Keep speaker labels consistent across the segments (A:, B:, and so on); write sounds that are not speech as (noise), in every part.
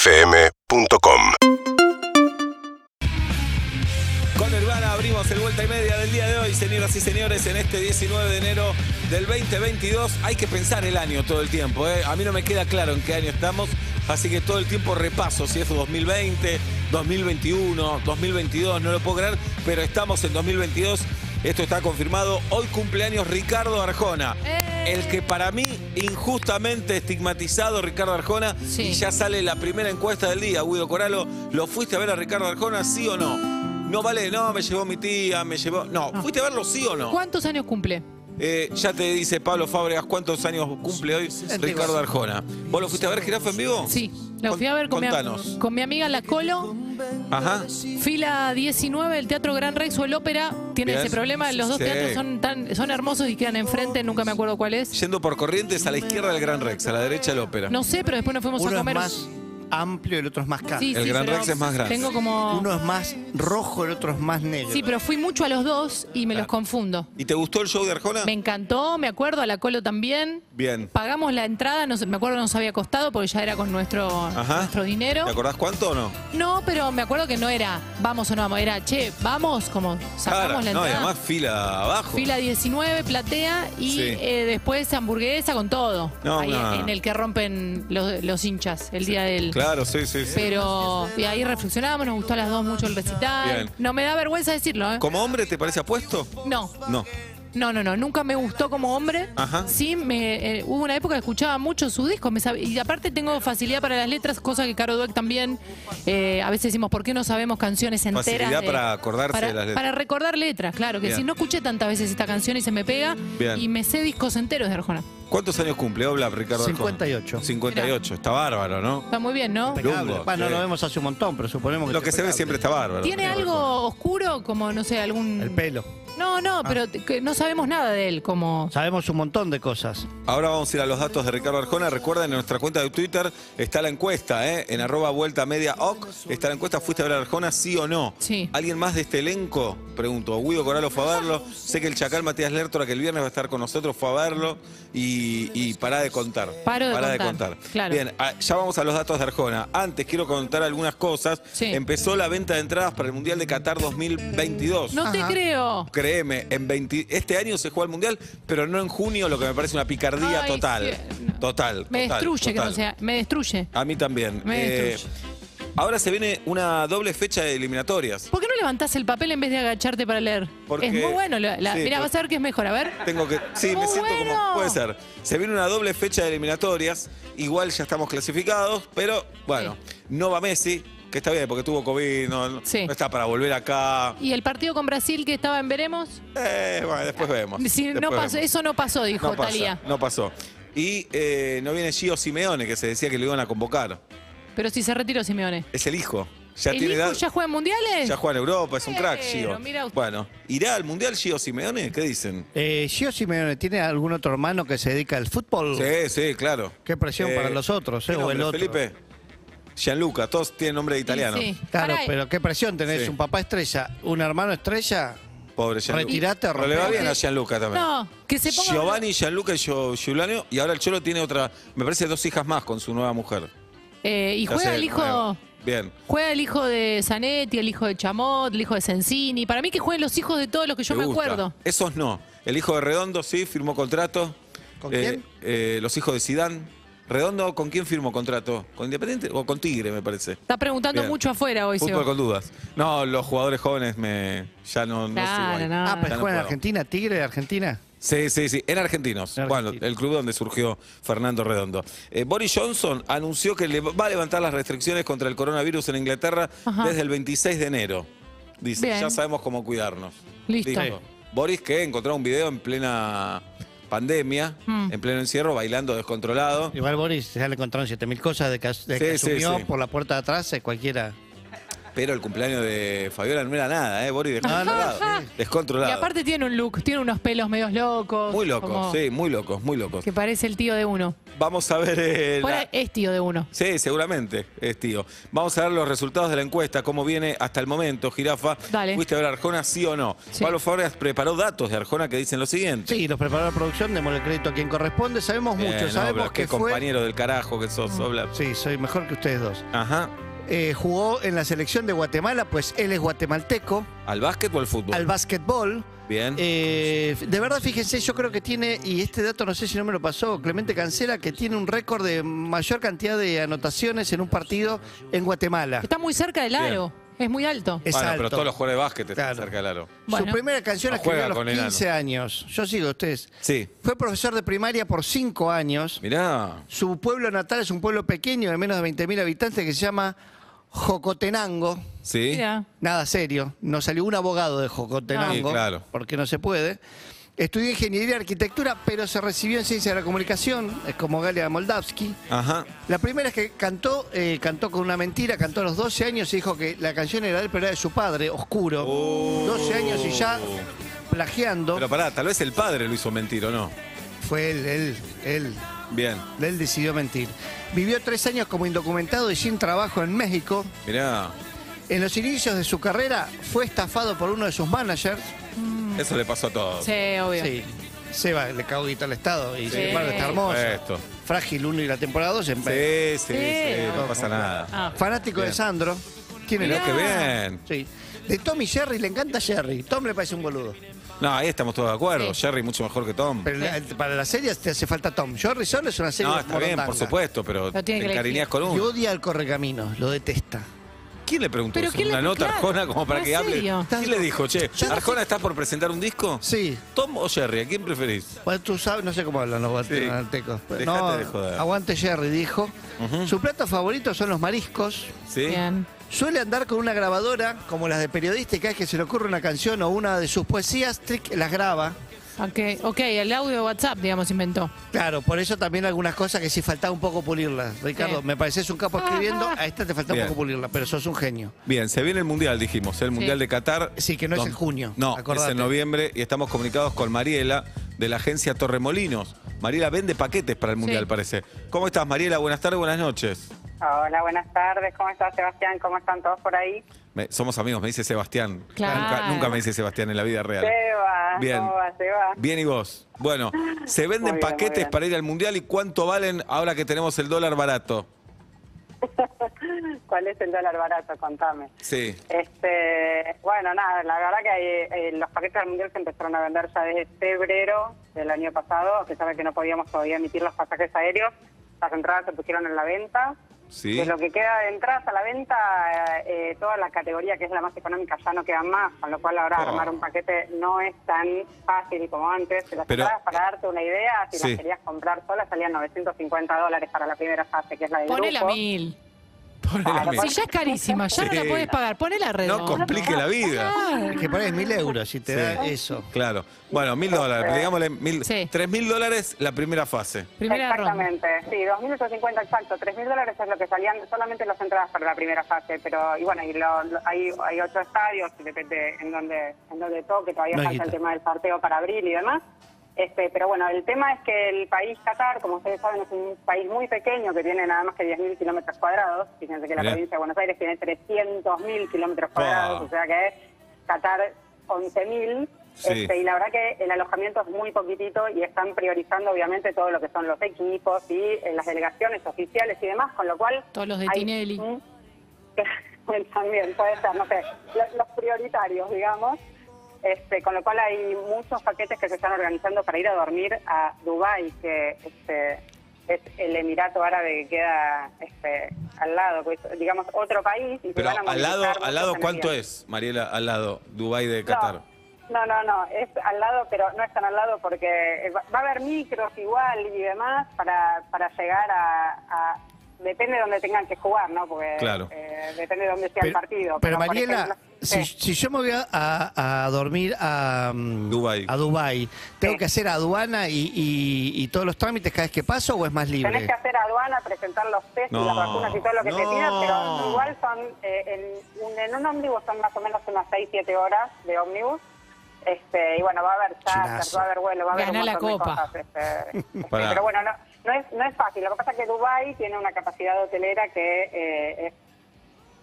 A: UrbanaPlayFM.com
B: Con Urbana abrimos el vuelta y media del día de hoy, señoras y señores, en este 19 de enero del 2022. Hay que pensar el año todo el tiempo. ¿eh? A mí no me queda claro en qué año estamos, así que todo el tiempo repaso si es 2020, 2021, 2022, no lo puedo creer, pero estamos en 2022. Esto está confirmado. Hoy cumpleaños Ricardo Arjona. El que para mí injustamente estigmatizado Ricardo Arjona.
C: Sí.
B: Y ya sale la primera encuesta del día, Guido Coralo. ¿Lo fuiste a ver a Ricardo Arjona, sí o no? No vale, no, me llevó mi tía, me llevó. No,
C: No.
B: ¿fuiste a verlo sí o no?
C: ¿Cuántos años cumple?
B: Eh, ya te dice Pablo Fábregas cuántos años cumple hoy Ricardo Arjona. ¿Vos lo fuiste a ver, Jirafa, en vivo?
C: Sí, la
B: Con-
C: fui a ver con mi,
B: contanos.
C: con mi amiga La Colo,
B: Ajá.
C: fila 19 del Teatro Gran Rex o el Ópera. Tiene
B: Bien.
C: ese problema, los dos
B: Sí.
C: teatros son, tan, son hermosos y quedan enfrente, nunca me acuerdo cuál es.
B: Yendo por corrientes a la izquierda del Gran Rex, a la derecha del ópera.
C: No sé, pero después nos fuimos
D: Uno
C: a
D: es
C: comer.
D: más amplio, el otro es más caro.
C: Sí,
B: El
C: sí,
B: Gran
C: pero
B: Rex es más grande.
C: Tengo como...
D: Uno es más rojo, el otro es más negro.
C: Sí, pero fui mucho a los dos y me los confundo.
B: ¿Y te gustó el show de Arjona?
C: Me encantó, me acuerdo, a la Colo también.
B: Bien.
C: Pagamos la entrada, nos- me acuerdo nos había costado porque ya era con nuestro,
B: Ajá.
C: nuestro dinero.
B: ¿Te acordás cuánto o no?
C: No, pero me acuerdo que no era vamos o no vamos, era che, vamos, como
B: Cara,
C: sacamos la
B: no, y
C: entrada.
B: además fila abajo.
C: Fila 19, platea y
B: Sí.
C: eh, después hamburguesa con todo.
B: No,
C: ahí
B: una-
C: en el que rompen los, los hinchas el día del.
B: Claro, sí, sí, sí.
C: Pero y ahí reflexionamos, nos gustó a las dos mucho el recital.
B: Bien.
C: No me da vergüenza decirlo, ¿eh?
B: ¿Como hombre te parece apuesto?
C: No,
B: No.
C: no, no, no. Nunca me gustó como hombre.
B: Ajá.
C: Sí, me, eh, hubo una época que escuchaba mucho sus discos. me sab- y aparte tengo facilidad para las letras, cosa que Caro Dweck también. eh, a veces decimos, ¿por qué no sabemos canciones enteras?
B: Facilidad
C: de-
B: para acordarse
C: para,
B: de las letras.
C: Para recordar letras, claro. Que
B: Bien.
C: si no escuché tantas veces esta canción y se me pega.
B: Bien.
C: Y me sé discos enteros de Arjona.
B: ¿Cuántos años cumple Obla, Ricardo Arjona?
D: 58.
B: 58. Está bárbaro, ¿no?
C: Está muy bien, ¿no?
D: Impecable.
B: Lungo,
D: Bueno,
B: sí.
D: lo vemos hace un montón, pero suponemos que.
B: Lo que se ve siempre está bárbaro.
C: ¿Tiene
B: Ricardo
C: algo oscuro? Como, no sé, algún.
D: El pelo.
C: No,
B: Ah.
C: no, pero te- que no sabemos nada de él. Como.
D: Sabemos un montón de cosas.
B: Ahora vamos a ir a los datos de Ricardo Arjona. Recuerden, en nuestra cuenta de Twitter está la encuesta, ¿eh? En arroba vuelta media oc. Está la encuesta, ¿fuiste a ver a Arjona, sí o no?
C: Sí.
B: ¿Alguien más de este elenco? Pregunto. Guido Coralo fue a verlo. Sé que el Chacal Matías Lertora, que el viernes va a estar con nosotros, fue a verlo. Y, y pará de contar.
C: Paro de
B: Pará
C: contar, claro.
B: Bien, ah, ya vamos a los datos de Arjona. Antes quiero contar algunas cosas.
C: Sí.
B: Empezó la venta de entradas para el Mundial de Qatar 2022.
C: No te creo.
B: Créeme, en 20 este año se juega el Mundial, pero no en junio, lo que me parece una picardía
C: Ay,
B: total.
C: sí, no.
B: Total.
C: Me
B: total,
C: destruye que
B: total.
C: no sea. Me destruye.
B: A mí también.
C: Me
B: Eh,
C: destruye.
B: ahora se viene una doble fecha de eliminatorias.
C: ¿Por qué no levantás el papel en vez de agacharte para leer?
B: Porque-
C: es muy bueno. La, la-
B: sí,
C: mirá,
B: por-
C: vas a ver que es mejor. A ver.
B: Tengo que. Sí, me
C: ¡Muy
B: siento como.
C: bueno!
B: Puede ser. Se viene una doble fecha de eliminatorias. Igual ya estamos clasificados, pero bueno, no va Messi, que está bien porque tuvo COVID, no, no-
C: Sí.
B: no está para volver acá.
C: ¿Y el partido con Brasil que estaba en Veremos?
B: Eh, bueno, después vemos.
C: Si no
B: después
C: pasó-
B: vemos.
C: eso no pasó, dijo
B: no pasa,
C: Talía.
B: No pasó. Y eh, no viene Gio Simeone, que se decía que lo iban a convocar.
C: Pero si se retiró Simeone.
B: Es el hijo. Ya
C: ¿El
B: tiene
C: hijo
B: edad.
C: ya juega en mundiales?
B: ya juega en Europa, es un crack,
C: Pero,
B: Gio.
C: mira usted.
B: Bueno, ¿irá al mundial Gio Simeone? ¿Qué dicen?
D: Eh, Gio Simeone, ¿tiene algún otro hermano que se dedica al fútbol?
B: Sí, sí, claro.
D: Qué presión para los otros,
B: ¿qué
D: eh, o
B: nombre,
D: el otro.
B: Felipe, Gianluca, todos tienen nombre de italiano.
C: Sí, sí.
D: Claro,
C: Pará, eh.
D: pero qué presión tenés.
B: Sí.
D: Un papá estrella, un hermano estrella.
B: Pobre Gianluca.
D: Retirate,
B: Pero le va
D: rompete.
B: bien a Gianluca también.
C: No, que se ponga.
B: Giovanni, Gianluca y Gio- Giuliano. Y ahora el Cholo tiene otra, me parece, dos hijas más con su nueva mujer.
C: Eh, y
B: Ya
C: juega
B: sé,
C: el hijo.
B: nueva. Bien.
C: Juega el hijo de Zanetti, el hijo de Chamot, el hijo de Sensini. Para mí que jueguen los hijos de todos los que yo
B: Me
C: me,
B: gusta.
C: acuerdo.
B: Esos no. El hijo de Redondo sí firmó contrato.
D: ¿Con
B: Eh,
D: quién?
B: eh, los hijos de Sidán. Redondo, ¿con quién firmó contrato? ¿Con Independiente o con Tigre, me parece?
C: Está preguntando
B: Bien.
C: mucho afuera hoy,
B: Fútbol
C: Seba.
B: con dudas. No, los jugadores jóvenes me ya no, no
C: Claro,
B: sigo ahí.
C: no.
D: Ah,
B: Ya
D: pero
B: no
D: juega en
B: puedo.
D: Argentina, Tigre de Argentina.
B: Sí, sí, sí. Eran argentinos.
D: Eran
B: Bueno,
D: argentinos.
B: el club donde surgió Fernando Redondo. Eh, Boris Johnson anunció que le va a levantar las restricciones contra el coronavirus en Inglaterra
C: Ajá.
B: desde el 26 de enero. Dice,
C: Bien.
B: ya sabemos cómo cuidarnos.
C: Listo.
B: Dijo. Boris que encontró un video en plena pandemia,
C: Mm.
B: en pleno encierro, bailando descontrolado.
D: Igual Boris ya le encontraron 7000 cosas de que, as- de que
B: Sí, sí,
D: asumió
B: sí.
D: por la puerta de atrás, eh, cualquiera.
B: Pero el cumpleaños de Fabiola no era nada, ¿eh? Boris
C: (laughs)
B: descontrolado.
C: Ajá.
B: Descontrolado.
C: Y aparte tiene un look, tiene unos pelos medios locos.
B: muy locos,
C: como
B: sí, muy locos, muy locos.
C: Que parece el tío de uno.
B: Vamos a ver. eh,
C: Por
B: la-
C: ahí es tío de uno.
B: Sí, seguramente, es tío. Vamos a ver los resultados de la encuesta, cómo viene hasta el momento, Jirafa.
C: Dale.
B: ¿Fuiste a ver a Arjona, sí o no?
C: Sí.
B: Pablo Fábregas preparó datos de Arjona que dicen lo siguiente.
D: Sí, los preparó la producción, démosle el crédito a quien corresponde. Sabemos
B: Eh,
D: mucho,
B: no,
D: sabemos
B: pero
D: que
B: qué
D: fue... Mm.
B: compañero del carajo que sos, Obla.
D: Sí, soy mejor que ustedes dos.
B: Ajá.
D: Eh, jugó en la selección de Guatemala, pues él es guatemalteco,
B: ¿Al básquet o al fútbol?
D: al básquetbol.
B: Bien.
D: Eh, de verdad, fíjense, yo creo que tiene, y este dato no sé si no me lo pasó, Clemente Cancela, que tiene un récord de mayor cantidad de anotaciones en un partido en Guatemala.
C: Está muy cerca del aro. Es muy alto.
D: Es
B: bueno, pero
D: alto.
B: todos los jugadores de básquet están
D: Claro.
B: cerca del aro.
C: Bueno.
D: Su primera canción
B: No
D: la escribió
B: juega
D: a los
B: con enano.
D: 15 años. Yo sigo a ustedes.
B: Sí.
D: Fue profesor de primaria por 5 años.
B: Mirá.
D: Su pueblo natal es un pueblo pequeño de menos de 20.000 habitantes que se llama Jocotenango.
B: Sí.
C: Mira.
D: Nada serio. Nos salió un abogado de
B: No.
D: Jocotenango.
B: Sí, claro.
D: Porque no se puede. Estudió ingeniería y arquitectura, pero se recibió en ciencia de la comunicación. Es como Galia Moldavsky.
B: Ajá.
D: La primera es que cantó, eh, cantó con una mentira, cantó a los 12 años y dijo que la canción era de él, pero era de su padre, oscuro. 12 años y ya plagiando.
B: Oh. Pero pará, tal vez el padre lo hizo mentir, ¿o no?
D: Fue él, él, él.
B: Bien.
D: Él decidió mentir. Vivió tres años como indocumentado y sin trabajo en México.
B: Mirá.
D: En los inicios de su carrera fue estafado por uno de sus managers.
B: Eso le pasó a todos.
C: Sí, obvio.
D: Mm. Sí. Seba le cagó guita al Estado y
C: Sí.
D: sin embargo está hermoso.
B: Esto.
D: Frágil uno y la temporada 2 en
B: Sí, sí, sí,
C: Sí.
B: no pasa nada.
C: Ah.
D: Fanático
B: Bien.
D: de Sandro. ¿Quién
B: Mirá
D: era?
B: que bien.
D: Sí. De Tom y Jerry le encanta Jerry. Tom le parece un boludo.
B: No, ahí estamos todos de acuerdo.
C: Sí.
B: Jerry mucho mejor que Tom.
D: Pero la- para las series te hace falta Tom. Jerry solo es una serie
B: No, está bien,
D: morondanga.
B: por supuesto, pero
C: Lo
B: te
C: tiene que
B: encariñas
C: elegir.
B: con
D: Y
B: uno.
D: odia al correcaminos, lo detesta.
B: ¿Quién le preguntó
C: Pero
B: eso?
C: ¿quién le-
B: ¿Una nota a
C: claro,
B: Arjona como para
C: no,
B: que
C: en
B: hable?
C: serio.
B: ¿Quién le dijo, che?
D: Yo no
B: ¿Arjona estás por presentar un disco?
D: Sí.
B: ¿Tom o Jerry? ¿A quién preferís?
D: Bueno, tú sabes, no sé cómo hablan los guatemaltecos.
B: Dejate
D: No,
B: de joder.
D: aguante Jerry, dijo. Su plato favorito son los mariscos.
B: ¿Sí?
C: Bien.
D: Suele andar con una grabadora, como las de periodistas, y cada vez que se le ocurre una canción o una de sus poesías, tric, las graba.
C: Ok, ok, el audio de WhatsApp, digamos, inventó.
D: Claro, por eso también algunas cosas que sí faltaba un poco pulirlas. Ricardo,
C: Sí.
D: me pareces un capo escribiendo, a esta te falta
B: Bien.
D: un poco pulirla, pero sos un genio.
B: Bien, se viene el Mundial, dijimos, el Mundial de Qatar.
D: Sí, que no es en junio,
B: No, es
D: acordate.
B: en noviembre y estamos comunicados con Mariela de la agencia Torremolinos. Mariela vende paquetes para el Mundial,
C: Sí.
B: parece. ¿Cómo estás, Mariela? Buenas tardes, buenas noches.
E: Hola, buenas tardes. ¿Cómo está Sebastián? ¿Cómo están todos por ahí?
B: Me- somos amigos, me dice Sebastián.
C: Claro.
B: Nunca, nunca me dice Sebastián en la vida real.
E: Seba,
B: Bien.
E: ¿cómo va, Seba?
B: Bien, ¿y vos? Bueno, se
E: Muy
B: venden
E: bien, muy
B: paquetes
E: bien.
B: para ir al Mundial y cuánto valen ahora que tenemos el dólar barato.
E: ¿Cuál es el dólar barato? Contame.
B: Sí.
E: Este, bueno, nada, la verdad que eh, eh, los paquetes del Mundial se empezaron a vender ya desde febrero del año pasado, a pesar de que no podíamos todavía emitir los pasajes aéreos. Las entradas se pusieron en la venta.
B: Sí. (laughs)
E: De lo que queda de entradas a la venta, eh, toda la categoría que es la más económica ya no quedan más, con lo cual ahora
B: Oh.
E: armar un paquete no es tan fácil como antes. Las
B: Pero-
E: entradas, para darte una idea, si
B: Sí.
E: las querías comprar solas salían 950 dólares para la primera fase, que es la de
C: Ponela
E: grupo.
C: mil.
B: Ponela
E: Claro,
B: mil.
C: Si ya es carísima, ya no
B: Sí.
C: la podés pagar. Ponela redonda.
B: No complique la vida.
C: (laughs) Ah,
D: Que pones mil euros si te
B: Sí.
D: da eso.
B: Claro. Bueno, mil dólares, pero digámosle mil.
C: Sí.
B: Tres mil dólares la primera fase.
C: Primera ronda.
E: Exactamente, sí, 2.850 exacto, 3.000 dólares es lo que salían solamente las entradas para la primera fase, pero y bueno, y lo- lo- hay, hay ocho estadios depende en donde en donde toque, todavía
D: No hay
E: falta el
D: guita.
E: tema del sorteo para abril y demás. Este, pero bueno, el tema es que el país Qatar, como ustedes saben, es un país muy pequeño que tiene nada más que 10.000 kilómetros cuadrados. Fíjense que la
B: Mirá.
E: provincia de Buenos Aires tiene 300.000 kilómetros cuadrados,
B: Ah.
E: o sea que Qatar 11.000.
B: Sí.
E: Este, y la verdad que el alojamiento es muy poquitito y están priorizando obviamente todo lo que son los equipos y eh, las delegaciones oficiales y demás, con lo cual...
C: Todos los de
E: hay
C: Tinelli.
E: un- (laughs) También puede ser, no sé, los, los prioritarios, digamos. Este, con lo cual hay muchos paquetes que se están organizando para ir a dormir a Dubái, que este, es el Emirato Árabe que queda este, al lado, pues, digamos otro país. y se
B: Pero
E: van a
B: al lado,
E: movilizar
B: al lado
E: muchas
B: ¿cuánto
E: energías.
B: es, Mariela? Al lado, Dubái de Qatar.
E: No, no, no, es al lado, pero no es tan al lado porque eh, va va a haber micros igual y demás para, para llegar a, a- Depende de donde tengan que jugar, ¿no? Porque
B: Claro.
E: eh, depende de dónde sea
D: Pero-
E: el partido.
D: pero
E: por
D: Mariela,
E: ejemplo-
D: si, si yo me voy a, a- a dormir a mm,
B: Dubái.
D: a Dubái, ¿tengo
E: Sí.
D: que hacer aduana y, y- y todos los trámites cada vez que paso o es más
E: Tenés
D: libre?
E: que hacer aduana, presentar los test
B: No,
E: y las vacunas y todo lo que te
B: no.
E: pidan, pero igual son, eh, en, un- en un ómnibus son más o menos unas 6, 7 horas de ómnibus. Este, y bueno, va a haber charlas,
D: Chinazo.
E: va a haber vuelo, va a haber
C: Ganá
E: un
C: la
E: montón de
C: copa.
E: cosas, este, este,
B: Pará.
E: pero bueno, no, no, es, no es fácil. Lo que pasa es que Dubái tiene una capacidad hotelera que eh, es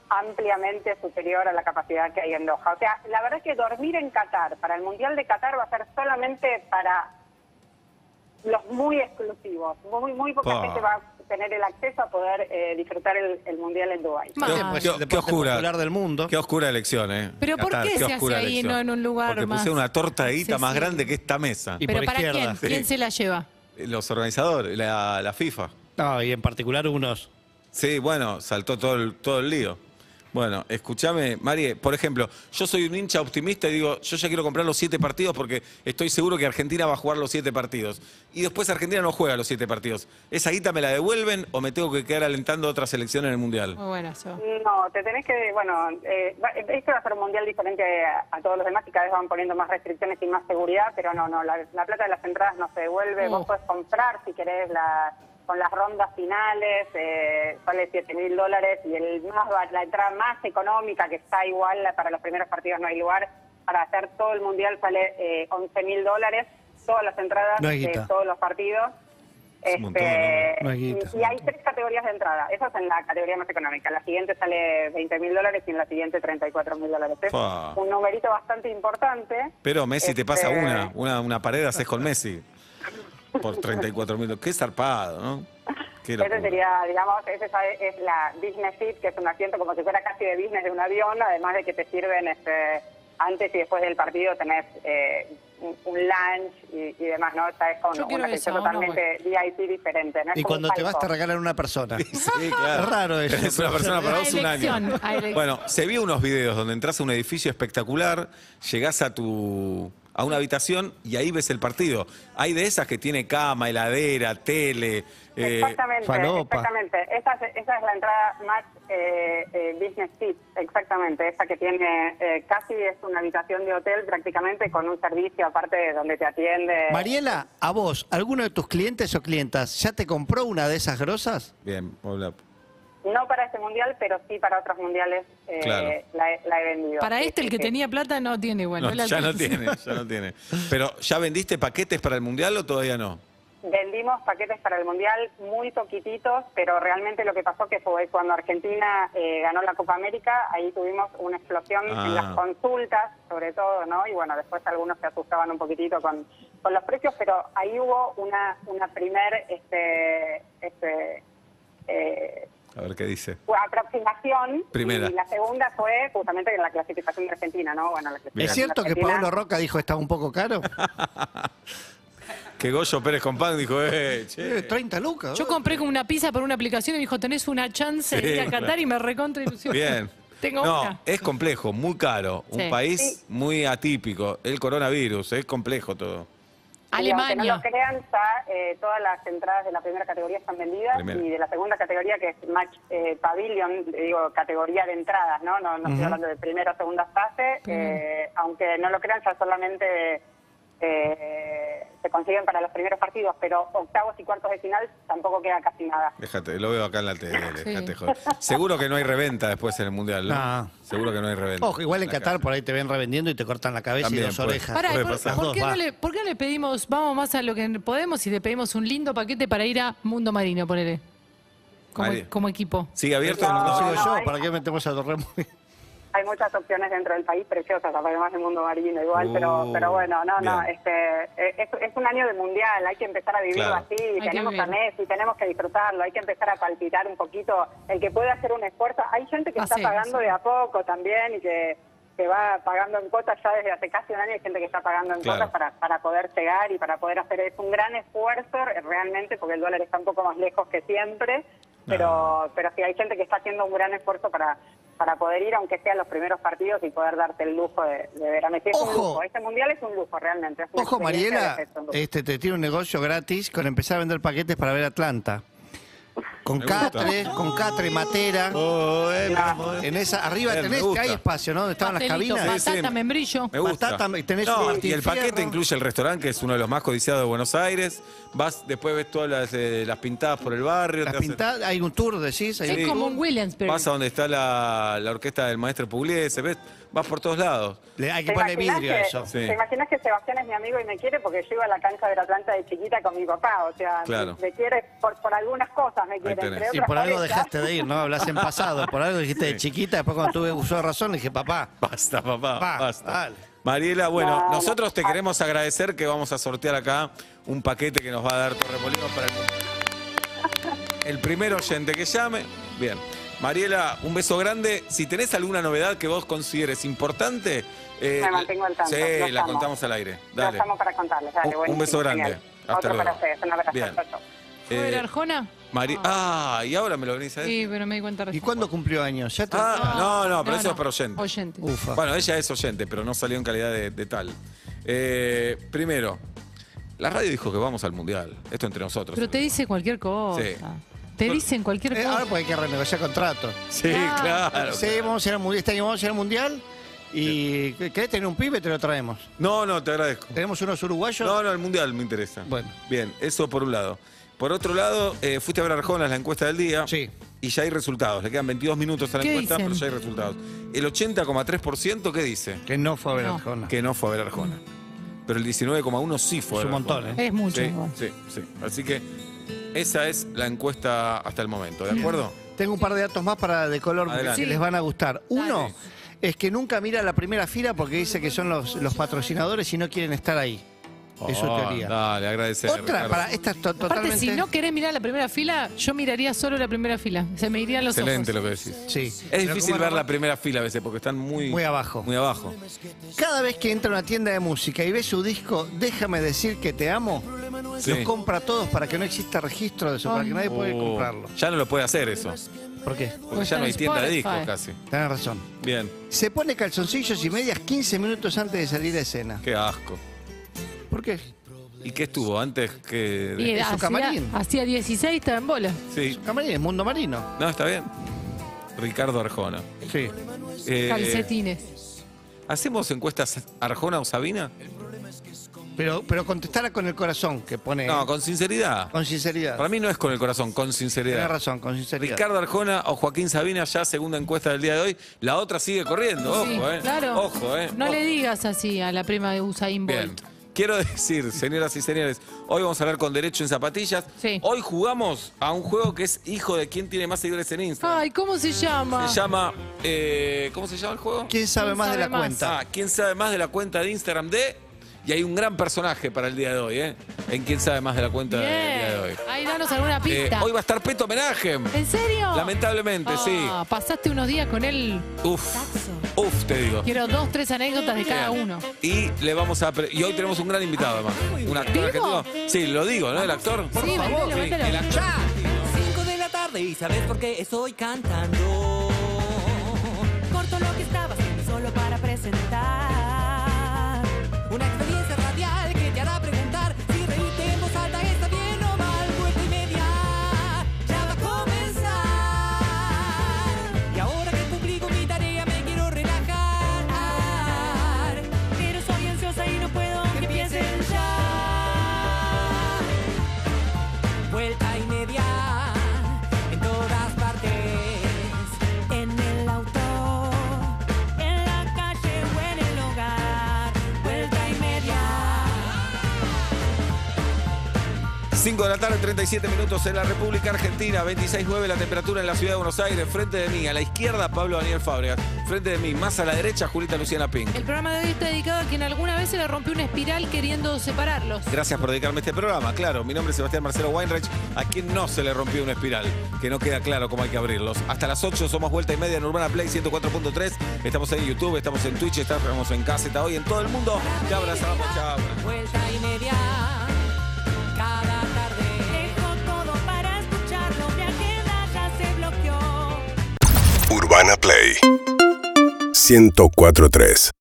E: ampliamente superior a la capacidad que hay en Doha. O sea, la verdad es que dormir en Qatar, para el Mundial de Qatar va a ser solamente para los muy exclusivos. Muy, muy poca
B: Pa.
E: gente va a tener el acceso a poder eh, disfrutar el, el Mundial en Dubái.
C: Ma-
D: Pues,
C: Ah.
D: el
B: Qué-
D: deporte
B: qué oscura.
D: popular del mundo.
B: Qué oscura elección, ¿eh?
C: Pero ¿por qué se hace
B: oscura
C: ahí, no en un lugar
B: Porque
C: más?
B: puse una torta de guita
C: Sí,
B: más
C: sí.
B: grande que esta mesa.
D: Y
C: ¿Pero
D: por
C: para
D: izquierda.
C: quién? ¿Quién
B: Sí.
C: se la lleva?
B: Los organizadores, la, la FIFA.
D: No, y en particular unos.
B: Sí, bueno, saltó todo el, todo el lío. Bueno, escúchame, Marie, por ejemplo, yo soy un hincha optimista y digo, yo ya quiero comprar los siete partidos porque estoy seguro que Argentina va a jugar los siete partidos. Y después Argentina no juega los siete partidos. ¿Esa guita me la devuelven o me tengo que quedar alentando a otra selección en el Mundial?
C: Muy buena, Seba.
E: No, te tenés que, bueno, eh, va- este va a ser un mundial diferente a, a todos los demás y cada vez van poniendo más restricciones y más seguridad, pero no, no, la, la plata de las entradas no se
D: Mm.
E: devuelve,
C: Oh.
E: vos podés comprar si querés la- con las rondas finales, eh, sale 7 mil dólares y el más, ba- la entrada más económica que está igual la- para los primeros partidos no hay lugar, para hacer todo el mundial sale eh, 11 mil dólares, todas las entradas
D: No
E: de
D: hay guita.
E: todos los partidos. Este,
B: Es un montón, ¿no?
D: No hay guita,
E: y-
D: es un
E: y hay tres categorías de entrada. Esa es en la categoría más económica. La siguiente sale 20 mil dólares y en la siguiente 34 mil dólares. Es
B: Fa.
E: un numerito bastante importante.
B: Pero Messi te pasa
E: Este,
B: una, una, una pared haces con Messi. Por 34 mil. Qué zarpado, ¿no? Qué
E: Ese
B: locura.
E: sería, digamos, esa es la business seat, que es un asiento como si fuera casi de business de un avión, además de que te sirven este, antes y después del partido tenés eh, un, un lunch y, y demás, ¿no? Esta es con
C: Yo quiero
E: una sección
C: esa, una
E: totalmente VIP diferente. ¿no? Es
D: Y
E: como
D: cuando
E: un
D: te vas
E: palco.
D: te regalan una persona.
B: Sí, claro.
D: Es raro eso.
B: Es una persona para
C: A
B: vos un año.
C: elección, a elección.
B: Bueno, se vio unos videos donde entras a un edificio espectacular, llegás a tu a una habitación y ahí ves el partido. Hay de esas que tiene cama, heladera, tele. eh,
E: Exactamente,
D: falopa.
E: exactamente. Esa es, esa es la entrada más eh, eh, business tip, exactamente. Esa que tiene eh, casi es una habitación de hotel prácticamente con un servicio aparte de donde te atiende.
D: Mariela, a vos, ¿alguno de tus clientes o clientas ya te compró una de esas grosas?
B: bien, hola.
E: No para este mundial, pero sí para otros mundiales eh,
B: Claro.
E: la, he- la he vendido.
C: Para
E: Sí,
C: este, el
E: sí,
C: que
E: sí.
C: tenía plata no tiene igual.
B: No,
C: la
B: ya no
C: alcanza.
B: tiene, ya no tiene. Pero ¿ya vendiste paquetes para el mundial o todavía no?
E: Vendimos paquetes para el Mundial muy poquititos, pero realmente lo que pasó que fue cuando Argentina eh, ganó la Copa América, ahí tuvimos una explosión
B: Ah.
E: en las consultas, sobre todo, ¿no? Y bueno, después algunos se asustaban un poquitito con, con los precios, pero ahí hubo una, una primer este, este, eh,
B: A ver qué dice.
E: aproximación.
B: Primera.
E: Y la segunda fue justamente en la clasificación de Argentina, ¿no? Bueno, la clasificación
D: ¿Es
E: de
D: cierto que
E: Argentina-
D: Pablo Roca dijo estaba un
B: (laughs)
D: poco caro?
B: Que Goyo Pérez Compán dijo, eh,
D: Eh,
B: che.
D: 30 lucas.
C: Yo
D: ¿eh?
C: compré como una pizza por una aplicación y me dijo, tenés una chance de
B: Sí,
C: ir a Qatar
B: claro.
C: y me recontra ilusión.
B: Bien.
C: (laughs) Tengo
B: no,
C: una.
B: es complejo, muy caro. Un
C: Sí.
B: país muy atípico. El coronavirus, es complejo todo.
E: Y aunque no
C: Alemania.
E: lo crean, ya eh, todas las entradas de la primera categoría están vendidas
B: Primera.
E: y de la segunda categoría, que es match eh, pavilion, eh, digo, categoría de entradas, ¿no? No, no estoy hablando de primera o segunda fase, eh, aunque no lo crean, ya solamente eh, se consiguen para los primeros partidos, pero octavos y cuartos de final tampoco queda casi nada.
B: Déjate, lo veo acá en la tele.
C: Sí.
B: déjate joder. Seguro que no hay reventa después en el mundial, ¿no?
D: No.
B: Seguro que no hay reventa.
D: Ojo, igual en
B: La
D: Qatar
B: calle.
D: por ahí te ven revendiendo y te cortan la cabeza
B: También pues.
D: y dos
B: puede.
D: orejas.
C: Pará,
B: puede
C: ¿y por,
B: pasar.
C: por
D: Dos,
C: qué
D: va.
C: no le, por qué no le pedimos, vamos más a lo que podemos y le pedimos un lindo paquete para ir a Mundo Marino, ponele? Como,
B: Mari-
C: como equipo.
B: ¿Sigue abierto?
E: No,
B: No,
D: No sigo
E: no,
D: yo,
E: hay-
D: ¿para qué metemos a Torremo?
E: Hay muchas opciones dentro del país preciosas, además del mundo marino igual,
B: Uh,
E: pero pero bueno, no, no,
B: bien.
E: este, eh, es, es un año de mundial, hay que empezar a vivirlo
B: Claro.
E: así,
C: que
E: tenemos a
C: vivirlo.
E: Messi, tenemos que disfrutarlo, hay que empezar a palpitar un poquito, el que puede hacer un esfuerzo, hay gente que está
C: Hacemos.
E: pagando de a poco también y que, que va pagando en cuotas ya desde hace casi un año, hay gente que está pagando en
B: Claro.
E: cuotas para, para poder llegar y para poder hacer, es un gran esfuerzo eh, realmente porque el dólar está un poco más lejos que siempre, pero pero sí hay gente que está haciendo un gran esfuerzo para para poder ir, aunque sean los primeros partidos, y poder darte el lujo de, de ver a Messi. Es un
D: Ojo.
E: lujo. Este mundial es un lujo, realmente. Es una
D: Ojo,
E: experiencia
D: Mariela, eh,
E: de- es un lujo.
D: este, te tiene un negocio gratis con empezar a vender paquetes para ver Atlanta. Con
B: Me gusta.
D: Catre, con Catre, Matera. Ah,
B: Oh, eh,
E: Nah.
B: mi amor.
D: En esa, arriba
B: Eh, me
D: tenés que
B: gusta.
D: hay espacio, ¿no? Donde estaban las
C: Pastelito,
D: cabinas.
B: Sí,
C: Patata,
B: sí.
C: membrillo.
B: Me gusta.
D: Batata, tenés
B: No,
D: un
B: y
D: Martín
B: el paquete
D: Fierro.
B: incluye el restaurante, que es uno de los más codiciados de Buenos Aires. Vas, después ves todas las, eh, las pintadas por el barrio.
D: Las
B: te hacen-
D: pintadas, hay un tour, decís. Hay
C: Es
D: un
B: Sí.
D: tour.
C: como un Williamsburg.
B: Vas a donde está la, la orquesta del maestro Pugliese, ves, vas por todos lados.
D: Le- hay que
E: ¿Te
D: ponerle
E: imaginas
D: vidrio a
E: que-
D: eso.
B: Sí.
E: ¿Te imaginas que Sebastián es mi amigo y me quiere porque yo iba a la cancha de la planta de chiquita con mi papá? O sea,
B: Claro.
E: me quiere por, por algunas cosas, me quiere.
B: tenés.
E: Entre
D: Y
E: otras
D: por algo
E: por esa.
D: dejaste de ir, ¿no? Hablas en pasado. Por algo dijiste de chiquita. Después, cuando tuve uso de razón, dije, papá.
B: (laughs) Basta, papá,
D: Va,
B: basta.
D: dale.
B: Mariela, bueno,
E: No, no.
B: nosotros te queremos agradecer que vamos a sortear acá un paquete que nos va a dar Torremolinos para el, el primer oyente que llame. Bien. Mariela, un beso grande. Si tenés alguna novedad que vos consideres importante, eh,
E: Me mantengo al tanto.
B: Sí,
E: Los
B: la
E: amo.
B: contamos al aire.
E: Nos
B: Dale.
E: estamos para contarles. Dale,
B: Un- un
E: buenísimo,
B: beso grande.
E: genial.
B: Hasta
E: Otro
B: luego.
E: para ustedes. Un abrazo.
B: Bien.
E: Chau, chau.
C: ¿Fue de Arjona?
B: Eh, Mari- ah, y ahora me lo venís a decir.
C: Sí, pero me di cuenta
D: ¿Y
C: recién.
D: cuándo cumplió años? Ya te-
B: Ah, no, no, pero eso es para oyente.
C: Oyente.
D: Ufa.
B: Bueno, ella es oyente, pero no salió en calidad de, de tal. Eh, primero, la radio dijo que vamos al mundial. Esto entre nosotros.
C: Pero te dice cualquier cosa.
B: Sí.
C: Te dicen cualquier
D: Eh,
C: cosa.
D: ahora porque hay que renegociar contratos.
B: Sí,
C: Ah.
B: claro.
D: sí, vamos a ir al mundial. Este año vamos a ir al mundial. Y querés tener un pibe, te lo traemos.
B: No, no, te agradezco.
D: Tenemos unos uruguayos.
B: No, no, el mundial me interesa.
D: Bueno.
B: Bien, eso por un lado. Por otro lado, eh, fuiste a ver a Arjona en la encuesta del día.
D: Sí.
B: Y ya hay resultados. Le quedan 22 minutos a la
C: ¿Qué
B: encuesta,
C: dicen?
B: pero ya hay resultados. El 80,3% ¿qué dice?
D: Que no fue a ver
C: No.
D: Arjona.
B: Que no fue a ver a Arjona. Pero el 19,1 sí fue a
D: Es
B: ver
D: un
B: a Arjona.
D: montón, ¿eh?
C: Es mucho.
B: Sí,
C: igual.
B: sí, sí. Así que esa es la encuesta hasta el momento, ¿de acuerdo?
D: Tengo un par de datos más para de color
B: Adelante.
D: que
C: Sí.
D: les van a gustar. Uno
C: Dale.
D: es que nunca mira la primera fila porque dice que son los, los patrocinadores y no quieren estar ahí. Es su
B: Oh,
D: teoría.
B: Dale, agradecer.
D: Otra,
B: Ricardo.
D: para, eh, esta es to-
C: Aparte,
D: totalmente.
C: si no querés mirar la primera fila, yo miraría solo la primera fila. Se me irían los
B: Excelente lo
C: ojos.
B: que decís.
D: Sí.
B: Es
D: Pero
B: difícil
D: ¿cómo
B: ver
D: no?
B: la primera fila a veces porque están muy,
D: Muy abajo.
B: Muy abajo.
D: Cada vez que entra a una tienda de música y ve su disco, déjame decir que te amo,
B: Sí.
D: los compra todos para que no exista registro de eso, para que nadie pueda
B: Oh,
D: comprarlo.
B: Ya no lo puede hacer eso.
D: ¿Por qué?
B: Porque
C: está
B: ya no hay
C: en
B: tienda de
C: Spotify.
B: discos casi.
D: Tenés razón.
B: Bien,
D: Se pone calzoncillos y medias 15 minutos antes de salir a escena.
B: qué asco.
D: ¿Por qué?
B: ¿Y qué estuvo antes que.? de-
C: Y
D: Es su
C: hacía,
D: camarín.
C: hacía 16, estaba en bola.
B: Sí.
D: Camarín, es mundo marino.
B: No, está bien. Ricardo Arjona.
D: Sí.
B: Eh,
C: Calcetines.
B: ¿Hacemos encuestas Arjona o Sabina?
D: Pero, pero contestara con el corazón que pone.
B: No, con sinceridad.
D: Con sinceridad.
B: Para mí no es con el corazón, con
D: Tienes
B: sinceridad.
D: razón, con sinceridad.
B: Ricardo Arjona o Joaquín Sabina, ya segunda encuesta del día de hoy. La otra sigue corriendo, ojo,
C: Sí,
B: ¿eh?
C: claro.
B: Ojo, ¿eh?
C: No
B: Ojo.
C: le digas así a la prima de Usain Bolt.
B: Bien. Quiero decir, señoras y señores, hoy vamos a hablar con Derecho en Zapatillas.
C: Sí.
B: Hoy jugamos a un juego que es hijo de quien tiene más seguidores en Instagram.
C: Ay, ¿cómo se llama?
B: Se llama. eh, ¿Cómo se llama el juego?
D: ¿Quién sabe
C: ¿Quién
D: más
C: sabe
D: de la
C: más?
D: cuenta?
B: Ah, ¿Quién sabe más de la cuenta de Instagram de.? Y hay un gran personaje para el día de hoy, ¿eh? En ¿Quién sabe más de la cuenta del día de hoy?
C: Bien. Ahí danos alguna
B: Eh,
C: pista.
B: hoy va a estar Peto Homenaje.
C: ¿En serio?
B: Lamentablemente,
C: Ah, Pasaste unos días con él.
B: sí. Uf. Uf, te digo.
C: Quiero dos, tres anécdotas de cada
B: Bien.
C: uno.
B: Y le vamos a pre- y hoy tenemos un gran invitado además. Un actor
C: ¿Digo?
B: argentino. Sí, lo digo, ¿no? El actor.
C: Sí, mételo,
B: Sí,
C: mételo.
B: el actor.
F: 5 de la tarde y sabes por qué estoy cantando. Corto lo que estaba haciendo solo para presentar. Una experiencia radial que te hará preguntar si reírte en voz alta está bien o mal. Vuelta y media ya va a comenzar. Y ahora que publico mi tarea me quiero relajar. Pero soy ansiosa y no puedo que piensen ya vuelta y media en todas partes, en el auto, en la calle o en el hogar, vuelta y media.
B: 5 de la tarde, 37 minutos en la República Argentina, 26.9 la temperatura en la ciudad de Buenos Aires. Frente de mí, a la izquierda, Pablo Daniel Fábregas. Frente de mí, más a la derecha, Julita Luciana Pink.
C: El programa de hoy está dedicado a quien alguna vez se le rompió una espiral queriendo separarlos.
B: Gracias por dedicarme este programa. Claro, mi nombre es Sebastián Marcelo Weinreich, a quien no se le rompió una espiral, que no queda claro cómo hay que abrirlos. Hasta las 8 somos vuelta y media en Urbana Play 104.3. Estamos en YouTube, estamos en Twitch, estamos en Caseta hoy, en todo el mundo. Te abrazamos, chao.
F: Vuelta y media, cada tarde. Dejo todo para escucharlo, mi agenda ya se bloqueó.
A: Urbana Play 104.3